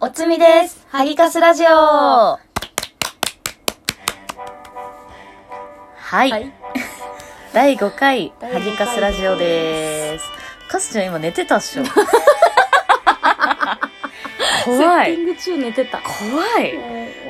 おつみです。ハギカスラジオ。ははい、い。第5回第ハギカスラジオですカスちゃん今寝てたっしょ 怖セッテいィング中寝てた。怖い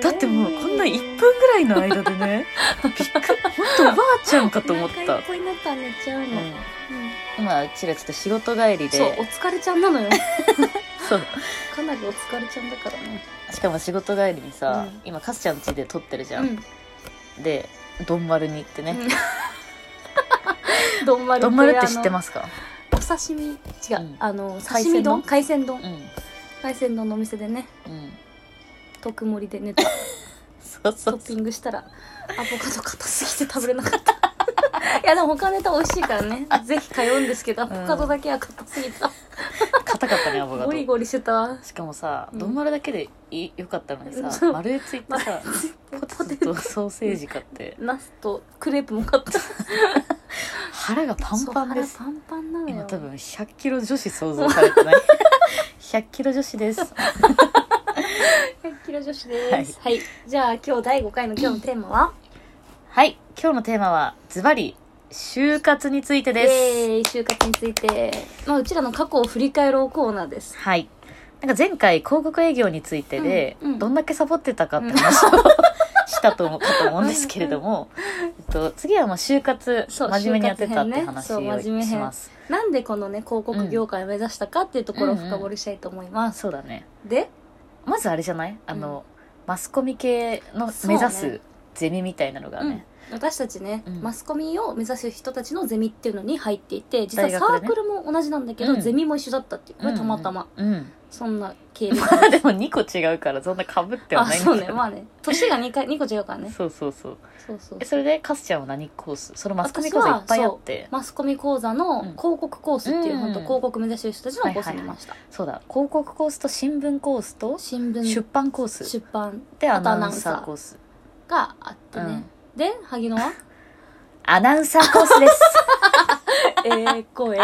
だってもうこんな1分ぐらいの間でねびっくりほんとおばあちゃんかと思っお腹た、いっぱいになったら寝ちゃうの。ううんん今うちらちょっと仕事帰りでそう、お疲れちゃんなのよ。 そうかなりお疲れちゃんだからね。しかも仕事帰りにさ、うん今カスちゃん家で撮ってるじゃ、うんでどん丸に行ってね、ん。どんまるどん丸って知ってますかす。お刺身、違ううん、あの、海刺鮮身丼丼海鮮丼う。ん海鮮丼のお店でね、うん特盛りで寝た。そうそトうッそピうングしたら、アボカド硬すぎて食べれなかった。 いやでも他のネタ美味しいからね。ぜひ通うんですけど、アボカドだけは硬すぎた。硬かったねアボカ ゴドリゴリしてたわ。しかもさ、うん丼丸だけでいいよかったのにさ、そう丸ついてさ、ポテトとソーセージ買って、ナスとクレープも買った腹が パンパンですそう。腹パンパンなのよ今多分100キロ女子想像され てない。100キロ女子です。 100キロ女子ですはい、じゃあ今日第5回の今日のテーマははい、今日のテーマはズバリ就活について です。イエーイ就活について、まあ、うちらの過去を振り返ろうコーナーですはい。なんか前回広告営業についてで、うんうんどんだけサボってたかって話を、 したと思うかと思うんですけれども、えっと、次はまあ就活そう真面目にやってたっ就活て編ね話そうを真面目編します。なんでこのね広告業界を目指したかっていうところを深掘りしたいと思います、そうだね。でまずあれじゃないあの、マスコミ系のそう目ね指すゼミみたいなのがね私たちね、うんマスコミを目指す人たちのゼミっていうのに入っていて実は大サ学でーねクルも同じなんだけど、うんゼミも一緒だったっていうこうんれたまたま、うん、うんそんな経歴まあでも2個違うからそんなかぶってはあないんそだうけねど、まあね年が 2, 回二個違うからねそうそうそうそうそうえそれでカスちゃんは何コースそのマスコミコースいっぱいあってマスコミ講座の広告コースっていう、うん本当広告目指してる人たちのコースにいました、そうだ広告コースと新聞コースと新聞出出版コース版でアあとナアナウウンンササーーコースがあってね、うんで萩野 はアナウンサーコースですええ声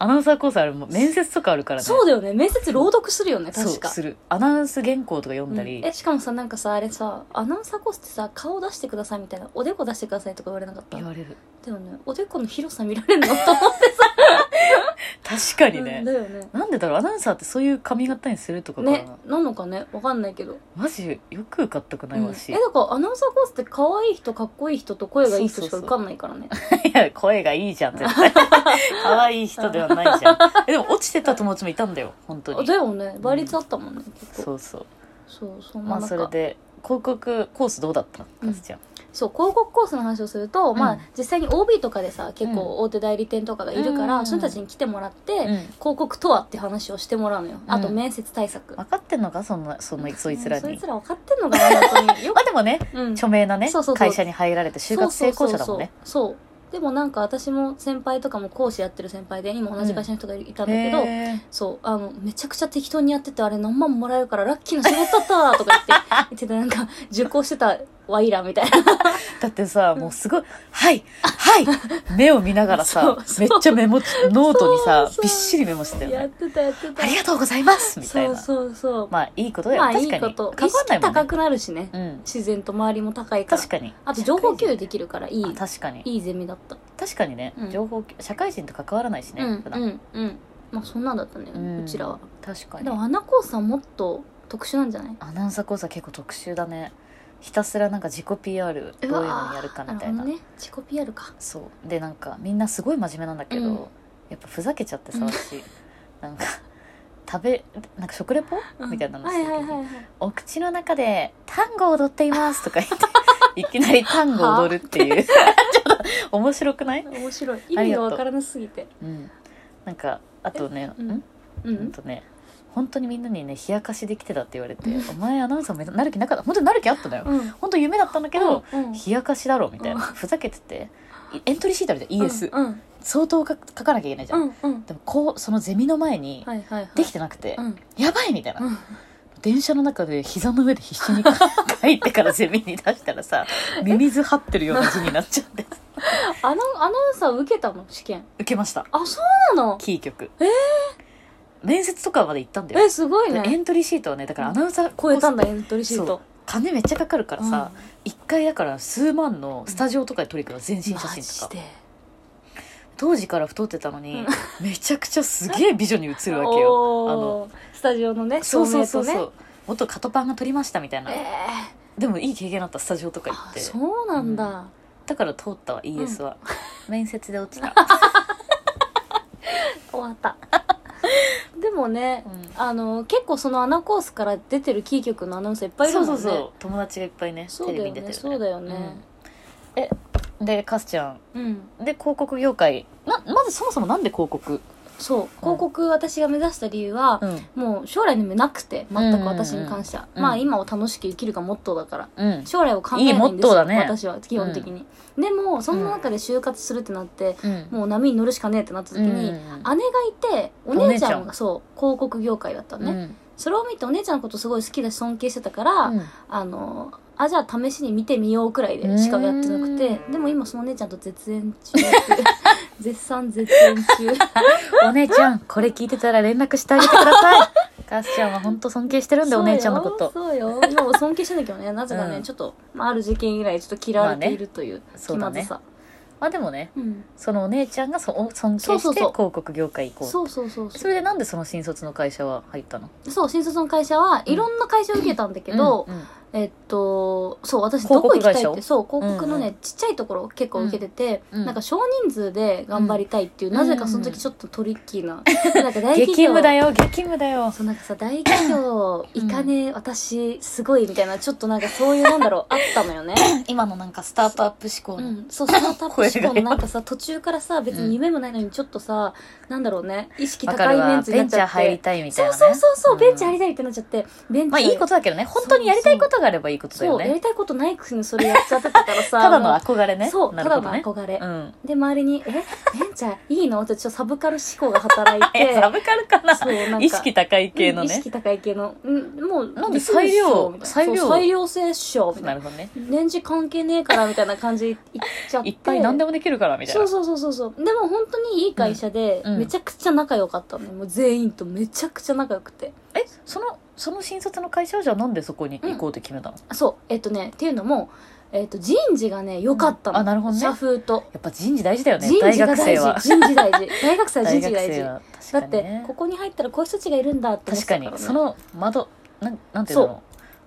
アナウンサーコースあるもう面接とかあるから ねそうだよね面接朗読するよねそう確かするアナウンス原稿とか読んだり、うんえしかもさなんかさあれさアナウンサーコースってさ顔出してくださいみたいなおでこ出してくださいとか言われなかった言われるでもねおでこの広さ見られ るのと思っ確かてにね、だよねなんでだろうアナウンサーってそういう髪型にするとかかな、ねなのかねわかんないけどマジよく受かったくないうんわし、えだからアナウンサーコースって可愛い人かっこいい人と声がいい人しか受かんないからねいや声がいいじ ゃん絶対可愛い人ではないじゃんえでも落ちてた友達もいたんだよ本当あにだよね倍率あったもんね、結構そうそうそうそんまなあ中、それで広告コースどうだったうんかすちゃんそう広告コースの話をすると、まうあん実際に OB とかでさ結う構大手代理店とかがいるから、うんその人たちに来てもらって、うん、広告とはって話をしてもらうのよ、んあと面接対策、分かってんのかそんなそのそいつうらんそに、いつら分かってんのかな本当 によまあでもねうん著名なね、そうそうそう会社に入られて就活成功者だもんねそうそうそうそうでもなんか私も先輩とかも講師やってる先輩で今同じ会社の人がいたんだけど、へーそう、あの、めちゃくちゃ適当にやってて、あれ何万もらえるからラッキーな仕事だったわとか言って、言ってたなんか、受講してたワイラみたいな。だってさ、うんもうすごい「はいはい」目を見ながらさそうそうめっちゃメモノートにそさうそうびっしりメモしてたよやっねてた、やってた。ありがとうございますみたいなそうそうそう。まあいいことだよ、まあ、い確いかにこと。か意かん識ないもんね高くなるしね。うん自然と周りも高いから。確かにあと、情報共有できるから、いいあ、確かにいいゼミだった。確かにね、うん情報社会人と関わらないしね、うん、普段、うん、うん。まあ、そんなんだったね、うんうちらは。確かにでも、花子さんもっと特殊なんじゃないアナウンサー講座結構特集だねひたすらなんか自己 PR どういうのにやるかみたいなるほどね。自己 PR か。そうでなんかみんなすごい真面目なんだけど、うんやっぱふざけちゃっうてさん私なんか食べなんか食レポみたいなのはすいる時にはいはいはい。お口の中で単語を踊っています」とか 言っていきなり単語を踊るっていう ちょっと面白くない、面白い。意味がわからなすぎて。うん、なんかあとね、うんんうほんん。とね本当にみんなにね冷やかしできてたって言われて「お前アナウンサー目指なる気なかった本当になる気あったのようん。本当夢だったんだけど、うんうん冷やかしだろ」みたいなうふざけてていエントリーシートあるじゃん ES、うん相当か書かなきゃいけないじゃ、うんんうんでもこうそのゼミの前にはいはいはいできてなくて「うんやばい!」みたいな、うん電車の中で膝の上で必死に書いてからゼミに出したらさミミズ張ってるような字になっちゃ ってあのアナウンサー受けたの試験受けましたあそうなのキー局え面接とかまで行ったんだよえすごいエねントリーシートはねだからアナウンサー超えたんだエントリーシーそうト金めっちゃかかるからさ、一回だから数万のスタジオとかで撮りから全うん身写マ真とジかで当時から太ってたのにうんめちゃくちゃすげえ美女に映るわけよ あおースタジオのねそうそう照そう明とそねう元カトパンが撮りましたみたいなえでもいい経験だったスタジオとかー行っあてそうなんだだから通ったわ ES は、 面接で落 ちた、終わった でもねうんあの結構そのアナコースから出てるキー局のアナウンサーいっぱいいるもそうんねそうそう友達がいっぱいねそうテレだビよに出てる、ねそうだよねうんでカスちゃんうんで広告業界なまずそもそもなんで広告、そう広告私が目指した理由はうんもう将来の夢なくて全うんうんくうん私に関してはうんまあ今を楽しく生きるがモットーだからうん、将来を考えないんですよいいモットーだね私は基本的にでもそんな中で就活するってなってもう波に乗るしかねえってなった時に姉がいてお姉ちゃおん姉ちゃがそう広告業界だったのね、それを見てお姉ちゃんのことすごい好きだし尊敬してたから、あのあじゃあ試しに見てみようくらいでしかやってなくてでも今そのお姉ちゃんと絶縁 中っていう絶賛絶縁中お姉ち ゃんこれ聞いてたら連絡してあげてくださいカスちゃんは本当尊敬してるんでお姉ちゃんのことそうよそうよ今も尊敬してんだけどねなぜかね、うんちょっと、まあ、ある事件以来ちょっと嫌われているという気そうだまずねさ、まあでもねうんそのお姉ちゃんがそお尊敬してそうそうそう広告業界行こうそうそうそうそそれでなんでその新卒の会社は入ったのうそう新卒の会社はいろんな会社を受けたんだけど、うんうんえっとそう私どこ広告行きたい会社っをてそう広告のね、うんちっちゃいところ結構受けてて、うんうんなんか少人数で頑張りたいっていう、うんなぜかその時ちょっとトリッキー な、なんか大企業激務だよ激務だよそうなんかさ大企業うん行かねえ私すごいみたいなちょっとなんかそういうなんだろうあったのよね、今のなんかスタートアップ志向うのん、そうスタ ートアップ志向声のがなんかさ途中からさ別に夢もないのにちょっとさなんだろうね意識わか高いるメわンツにベなっンちチャゃっーて入りたいみたいそなうそうねそうそう、ベンチャー入りりたいってなっちゃってベンチャーまあいいことだけどね本当にやりたいことがあればいいことだよそうやねりたいことないくせにそれやっちゃってたからさ ただのもう憧れねそう、なただるほのどね憧れ。うんで、周りに、え、 ベンチャーいいのってちょっとサブカル思考が働い えて、サブカルかなそうなんか 意識高い系の意ね識高い系の、んもう、なんでそうっしょみたいな裁量そう裁量制っしょみたないな。るほどね年次関係ねえからみたいな感じで言っちゃって。いっぱい何でもできるからみたいそうなそうそうそうそう。でも本当にいい会社で、うんうんめちゃくちゃ仲良かったのよ。もう全員とめちゃくちゃ仲良くて。えそのその新卒の会社はじゃあなんでそこに行こうって決めたの、あそう、えっとね、っていうのも、えっと、人事がね、良かったの。あなるほどね社風と。やっぱ人事大事だよね人大事が学大生は事。人事大事。 大学生は人事大事。はだ確っかに、てね、ここに入ったらこういう人たちがいるんだって思っ確てかたからにねその窓なんなんていうんだろう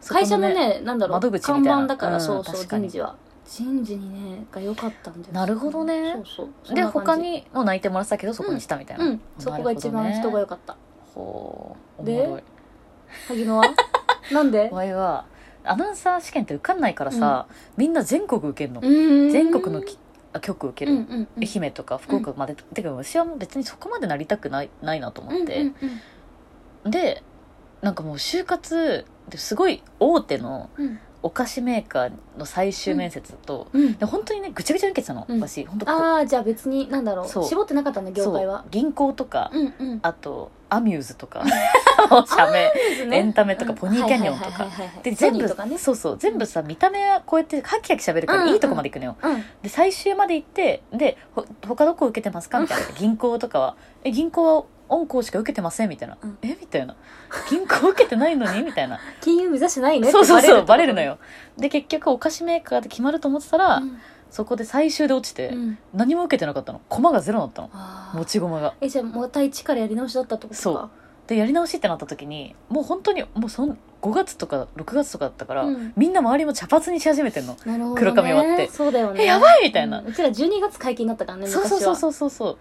そこ会社のねなんだろ窓う口みた看いな板だから、うんそうそう確かに人事は人事にねが良かったんだよなるほどねそうそうそんでな感他じにも泣いてもらってたけどそこにしたみたいな、うんそこが一番人が良くかった、ほうおでもろい萩 野はなんでお前はアナウンサー試験って受かんないからさ、みんな全国受けるの、全全国のきあ局受けうんうる、んうん愛媛とか福岡まで、てか私はもう別にそこまでなりたくないないなと思って、うんうんでなんかもう就活ですごい大手のうんお菓子メーカーの最終面接と、うんうんで本当にねぐちゃぐちゃに受けてたの、うん私本当こああじゃあ別になんだろうそう絞ってなかったんだ業界はそう銀行とか、うんうんあとアミューズとかもう社名エンタメとかポニーキャニオンとかでで全全部部とかねそうそう全部さ見た目はこうやってハキハキ喋るから、うんいいとこまで行くのようんで最終まで行ってでほ他どこ受けてますかみたいな銀行とかは「え銀行は御校しか受けてません」みたいな「うんえみたいな「銀行受けてないのに?」みた いな金融目指してないねってそうそうそうババレレるるのよで結局お菓子メーカーで決まると思ってたら、うんそこで最終で落ちて、うん何も受けてなかったの駒がゼロだったのあー持ち駒がえじゃあまた一からやり直しだったってことかそうでやり直しってなった時にもう本当にもうそん5月とか6月とかだったから、うんみんな周りも茶髪にし始めてんのなるほど、ね、黒髪割ってそうだよねえやばいいみたいな、うちら12月解禁だったからねそうそうそううそうそうそう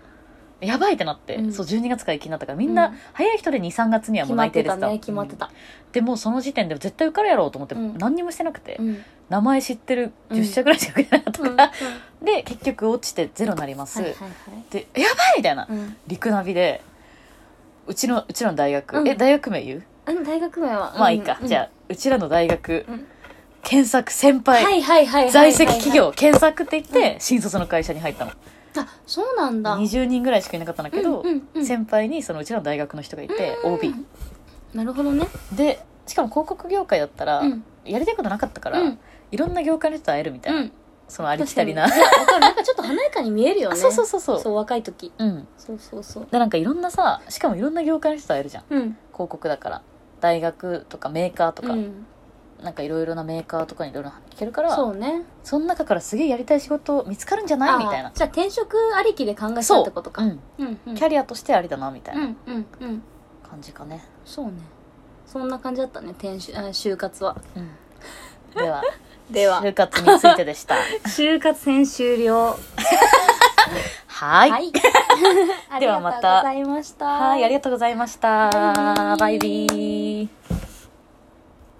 やばいってなって、うんそう12月から気になったからみんなうん早い人で23月にはも決うま内っ定てでしたた、ね決まってた、うんでもうその時点で絶対受かるやろうと思ってうん何にもしてなくて、うん 名前知ってる10社ぐらいしか受けてなかったうんかうんら、はいで結局落ちてゼロになります、はいはい、でやばいみたいなうん陸ナビでうちのうちらの大学、うんえ大学名言うあの、大学名はまあいいか、じゃあ、あうちらの大学、うん検索先は輩、い、はいはいはいはい在籍企業、検索って言って、新卒の会社に入ったのあそうなんだ20人ぐらいしかいなかったんだけど、うんうんうん先輩にそのうちらの大学の人がいて、うん OB なるほどねでしかも広告業界だったら、うんやりたいことなかったから、うんいろんな業界の人と会えるみたいな、うんそのありきたりな。確かにいやわかるなんかちょっと華やかに見えるよあねそうそうそうそう。そう若い時うん。そうそうそうで、なんかいろんなさ、しかもいろんな業界の人と会えるじゃん。うん広告だから。大学とかメーカーとか、うん、なんかいろいろなメーカーとかにいろいろ聞けるから、そうねその中からすげえやりたい仕事見つかるんじゃないみたいあなー。じゃあ転職ありきで考えたってことかうん。うんうんキャリアとしてありだな、みたいうなんうんうん感じかね。そうねそんな感じだったね転職あ就活はうん。では、 では就活について でした。就活編終了はーい。 いではまたありがとうございましたはい、ありがとうございました。ババイイビービー。